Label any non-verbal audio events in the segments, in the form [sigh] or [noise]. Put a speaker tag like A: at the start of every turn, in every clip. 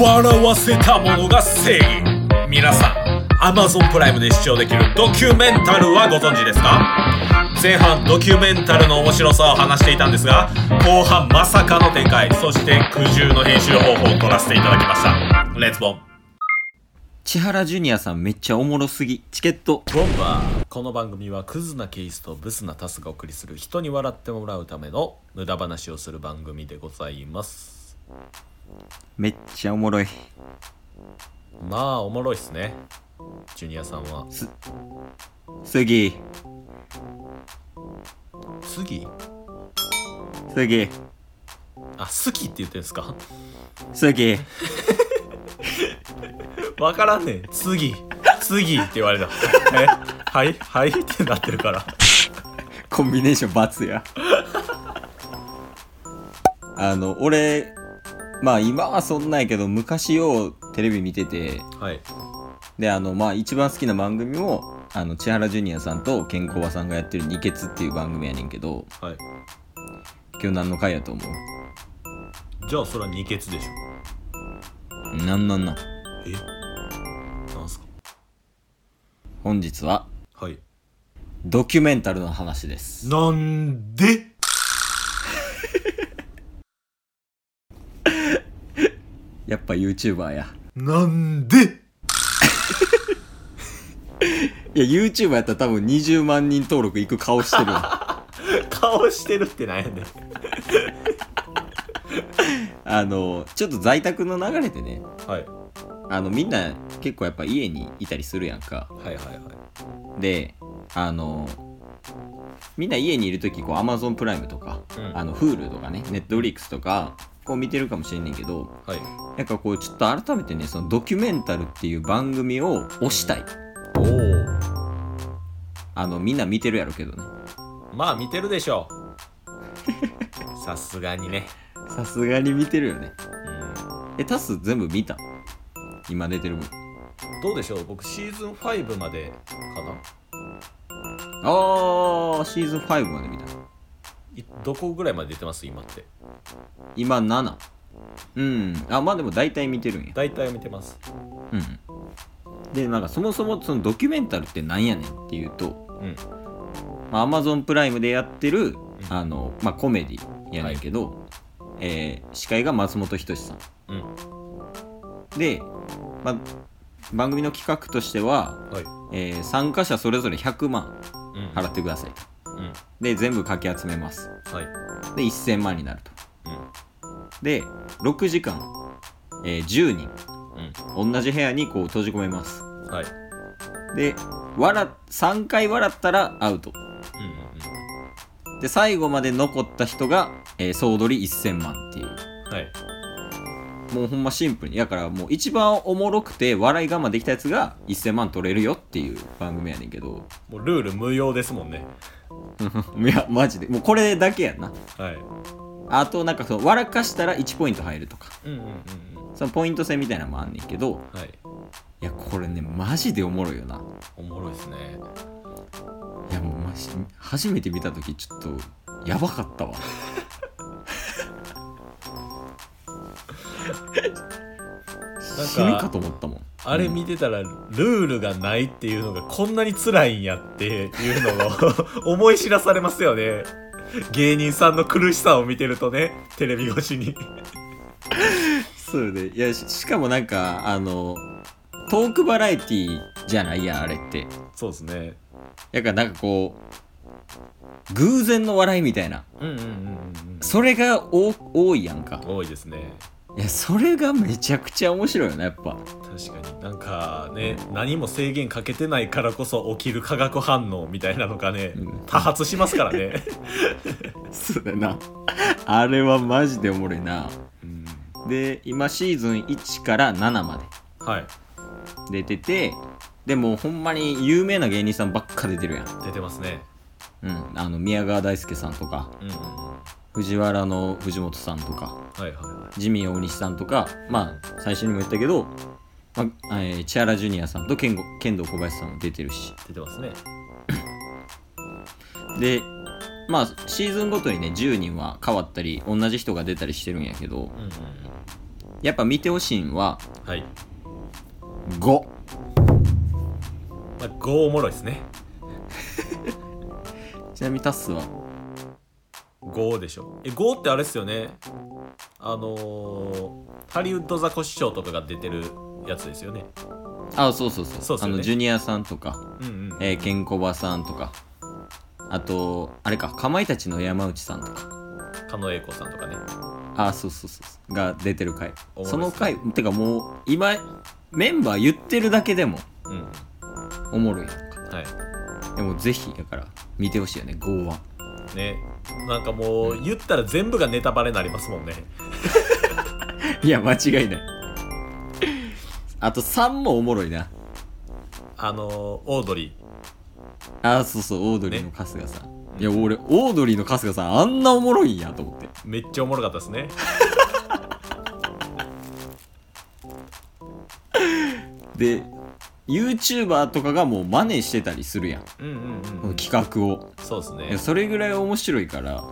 A: 笑わせたものが正義皆さん Amazon プライムで視聴できるドキュメンタルはご存知ですか前半ドキュメンタルの面白さを話していたんですが後半まさかの展開そして苦渋の編集方法を取らせていただきましたレッツボン
B: 千原ジュニアさんめっちゃおもろすぎ。チケット。
A: ボンバーこの番組はクズなケースとブスなタスがお送りする人に笑ってもらうための無駄話をする番組でございます
B: めっちゃおもろい。
A: まあおもろいっすねジュニアさんは
B: 次、
A: 次
B: 次、
A: あ好きって言ってんすか
B: 次。
A: わからんねん次次って言われたえはいはいってなってるから
B: コンビネーション×や。 [laughs] あの、俺、まあ今はそんなんやけど、昔ようテレビ見てて、
A: はい
B: で、あの、まあ一番好きな番組も、あの、千原ジュニアさんと健康和さんがやってる二血っていう番組やねんけど、
A: はい
B: 今日何の回やと思う
A: じゃあそれは二血でしょ
B: なんなんなん。
A: えなんすか
B: 本日は、
A: はい
B: ドキュメンタルの話です。
A: なんで
B: やっぱ YouTuber や。
A: なんで
B: いや、YouTuber やったら多分20万人登録いく顔してる
A: [laughs]
B: わ。
A: 顔してるってなんやねん
B: あの、ちょっと在宅の流れでね、
A: はい
B: あの、みんな結構やっぱ家にいたりするやんか。
A: はいはいはい
B: で、あの、みんな家にいるとき、こう、Amazon プライムとか、
A: うん
B: あの、Hulu とかね、Netflix とか、こう見てるかもしれんねんけど、
A: はい
B: なんかこう、ちょっと改めてね、そのドキュメンタルっていう番組を推したい。
A: お
B: あの、みんな見てるやろけどね。
A: おまあ見てるでしょうさすがにね
B: さすがに見てるよね。
A: うん
B: え、タス全部見た今出てる分。
A: どうでしょう僕シーズン5までかな
B: あー、シーズン5まで見た。
A: いどこぐらいまで出てます今って
B: 今7。うん。あ、まあでも大体見てるんや。
A: 大体見てます
B: うんうん。で、なんかそもそもそのドキュメンタルってなんやねんっていうと、
A: うん
B: まあ、Amazon プライムでやってる、あの、まあコメディやねんけど、えー司会が松本人志さん。
A: うん
B: で、まあ、番組の企画としては、
A: はい
B: えー参加者それぞれ100万
A: うん
B: 払ってくださいと。
A: うん
B: で、全部かき集めます。
A: はい
B: で、1000万になると。
A: う
B: で6時間、えー10人
A: んうん
B: 同じ部屋にこう閉じ込めます
A: はい
B: で笑っ3回笑ったらアウト
A: うんうん
B: で最後まで残った人が、えー総取り1000万っていう
A: うんはい
B: もうほんまシンプルにだからもう一番おもろくて笑い我慢できたやつが1000万取れるよっていう番組やねんけど [laughs]
A: もうルール無用ですもんね
B: いやマジでもうこれだけやんな
A: はい
B: あとなんかその笑かしたら1ポイント入るとか
A: うんうんうんうん
B: そのポイント制みたいなのもあんねんけど
A: はい
B: いやこれねマジでおもろいよな
A: おもろいですね
B: いやもうマジ初めて見た時ちょっとやばかったわ死ぬかと思ったもん
A: あれ見てたらルールがないっていうのがこんなに辛いんやっていうのを [laughs] 思い知らされますよね芸人さんの苦しさを見てるとねテレビ越しに
B: そうでいやししかもなんかあのトークバラエティじゃないやんあれって
A: そうですね
B: だからなんかこう偶然の笑いみたいな
A: うんうんうんうん
B: それが多多いやんか
A: うん多いですね
B: いやそれがめちゃくちゃ面白いよねやっぱ
A: 確かになんかね何も制限かけてないからこそ起きる化学反応みたいなのがね
B: うん
A: 多発しますからね
B: そうだなあれはマジでおもろいな
A: うん
B: で今シーズン1から7ま
A: [laughs] はい
B: で出ててでもうほんまに有名な芸人さんばっか出てるやん、
A: 出てますね
B: うん、あの宮川大輔さんとか
A: うんうんうんは
B: 藤原の藤本さんとか
A: いはいは
B: ジミー大西さんとかまあ最初にも言ったけど、まあえー、千原ジュニアさんと剣吾剣道小林さんも出てるし
A: い出てますね
B: でまあシーズンごとにね10人は変わったり同じ人が出たりしてるんやけど
A: うんうんうん
B: やっぱ見てほしいんは
A: はい、
B: 5
A: まあ、5おもろいですね
B: ちなみにタッスは
A: 5でしょえ5ってあれっすよねあのー、ハリウッドザコシショウとかが出てるやつですよね
B: あそうそうそう
A: そうっす
B: あ
A: よね
B: のジュニアさんとか、
A: うんうん
B: えー、ケンコバさんとかあとあれかかまいたちの山内さんとか
A: 狩野英孝さんとかね
B: あそうそうそうそうが出てる回
A: おもろいっすね
B: その回てかもう今メンバー言ってるだけでも
A: うん
B: おもろいやん
A: はい
B: かでもぜひだから見てほしいよね5は
A: ねなんかもう言ったら全部がネタバレになりますもんね
B: [laughs] いや間違いないあと3もおもろいな
A: あのー、オードリ
B: あそうそうオードリーの春日さん、いや俺オードリーの春日さんあんなおもろいんやと思って
A: ーめっちゃおもろかったですね
B: で YouTuber とかがもう真似してたりするやん
A: うんうん
B: こ
A: うん、う
B: の
A: ん、
B: 企画を
A: そうです
B: いや
A: ね
B: それぐらい面白いから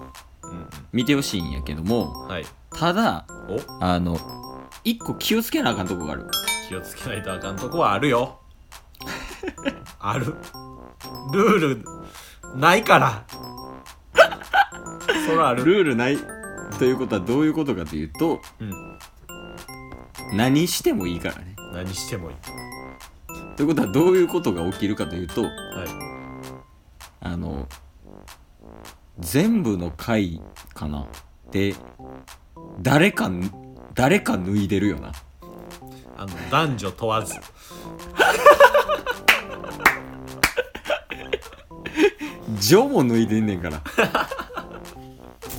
A: うん
B: 見てほしいんやけど
A: う
B: も
A: んはい
B: ただ
A: お
B: あの一個気をつけなあかんとこがある
A: 気をつけないとあかんとこはあるよあるルールないからそらある
B: ルールないということはどういうことかというと
A: うん
B: 何してもいいからね
A: 何してもいい
B: ということはどういうことが起きるかというと
A: は
B: あの全部の回かなで誰か誰か脱いでるよない
A: あの男女問わず
B: ジョも脱いでんねんから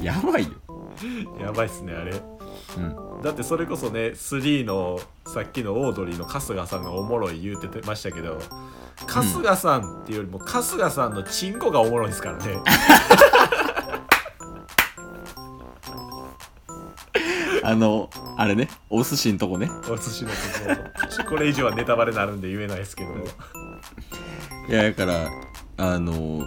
B: やばいよ、
A: やばいっすねあれ
B: うん、
A: だってそれこそね3のさっきのオードリーの春日さんがおもろい言うててましたけど春日さんっていうよりも春日さんのチンコがおもろいですからね
B: あのあれねお寿司んとこね
A: お寿司のことこれ以上はネタバレになるんで言えないですけども
B: いやだからあの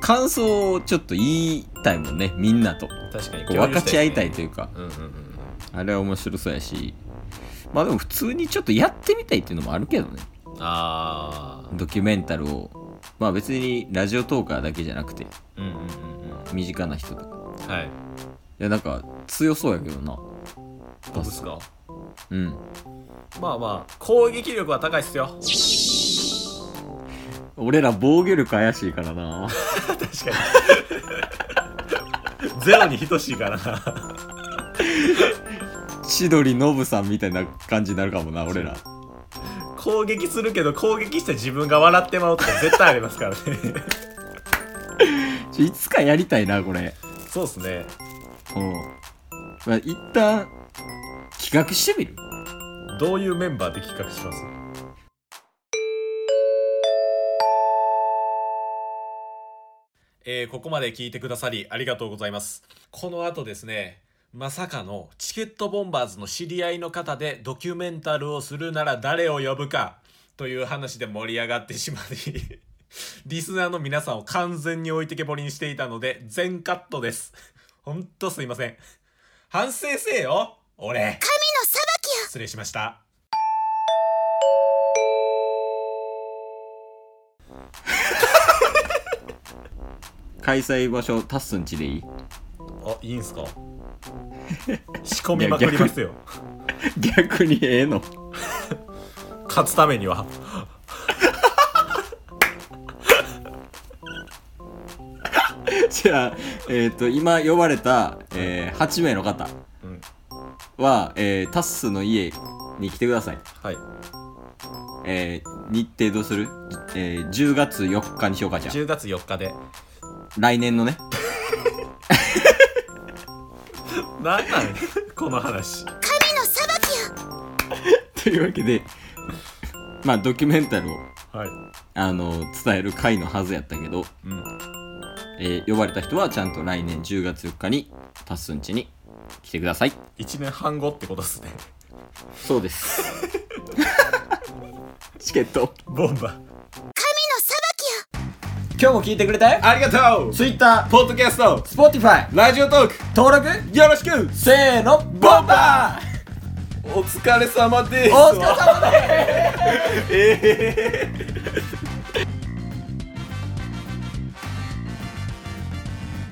B: 感想をちょっと言いたいもんねみんなとこ
A: 確かに
B: う分かち合いたいというか
A: うんうんうん
B: あれは面白そうやしまあでも普通にちょっとやってみたいっていうのもあるけどね
A: ああ
B: ドキュメンタルをまあ別にラジオトーカーだけじゃなくて
A: うんうんうんうん
B: 身近な人とか
A: はい
B: いやなんか強そうやけどな
A: どうですか
B: うん
A: まあまあ攻撃力は高いっすよ
B: 俺ら防御力怪しいからな
A: 確かにゼロに等しいからな
B: 千鳥ノブさんみたいな感じになるかもな俺ら
A: 攻撃するけど攻撃した自分が笑ってまうとか絶対ありますからね
B: ちょいつかやりたいなこれ
A: [laughs] そうっすね
B: うん、まあ、一旦企画してみる
A: どういうメンバーで企画しますえーここまで聞いてくださりありがとうございます。この後ですね、まさかのチケットボンバーズの知り合いの方でドキュメンタルをするなら誰を呼ぶかという話で盛り上がってしまい、 [laughs] リスナーの皆さんを完全に置いてけぼりにしていたので全カットです。ほんとすいません。反省せえよ俺失礼しました。
B: 開催場所タッスンチでい [laughs] い
A: あいいんす [laughs] か仕込みまくりますよ
B: 逆にええの [laughs]
A: 勝つためには
B: じゃあえっ、と今呼ばれた、えー8名の方
A: うん
B: は、えータッスンの家に来てください
A: はい
B: えー日程どうする、えー ?10 月4日にしようかじゃあ
A: 10月4日で
B: 来年のね
A: な
B: [laughs]
A: んなん [laughs] この話
B: というわけでまあドキュメンタルを
A: はい
B: あの伝える回のはずやったけど、
A: うん
B: えー呼ばれた人はちゃんと来年10月4日にタッスン家に来てください
A: 1年半後ってことですね
B: そうですチケット
A: ボンバ
B: 今日も聞いてくれたよ
A: ありがとう
B: Twitter、
A: ポッドキャスト
B: Spotify
A: ラジオトーク
B: 登録
A: よろしく
B: せーのボンバー
C: お疲れ様です
A: お疲れ様です
C: ええ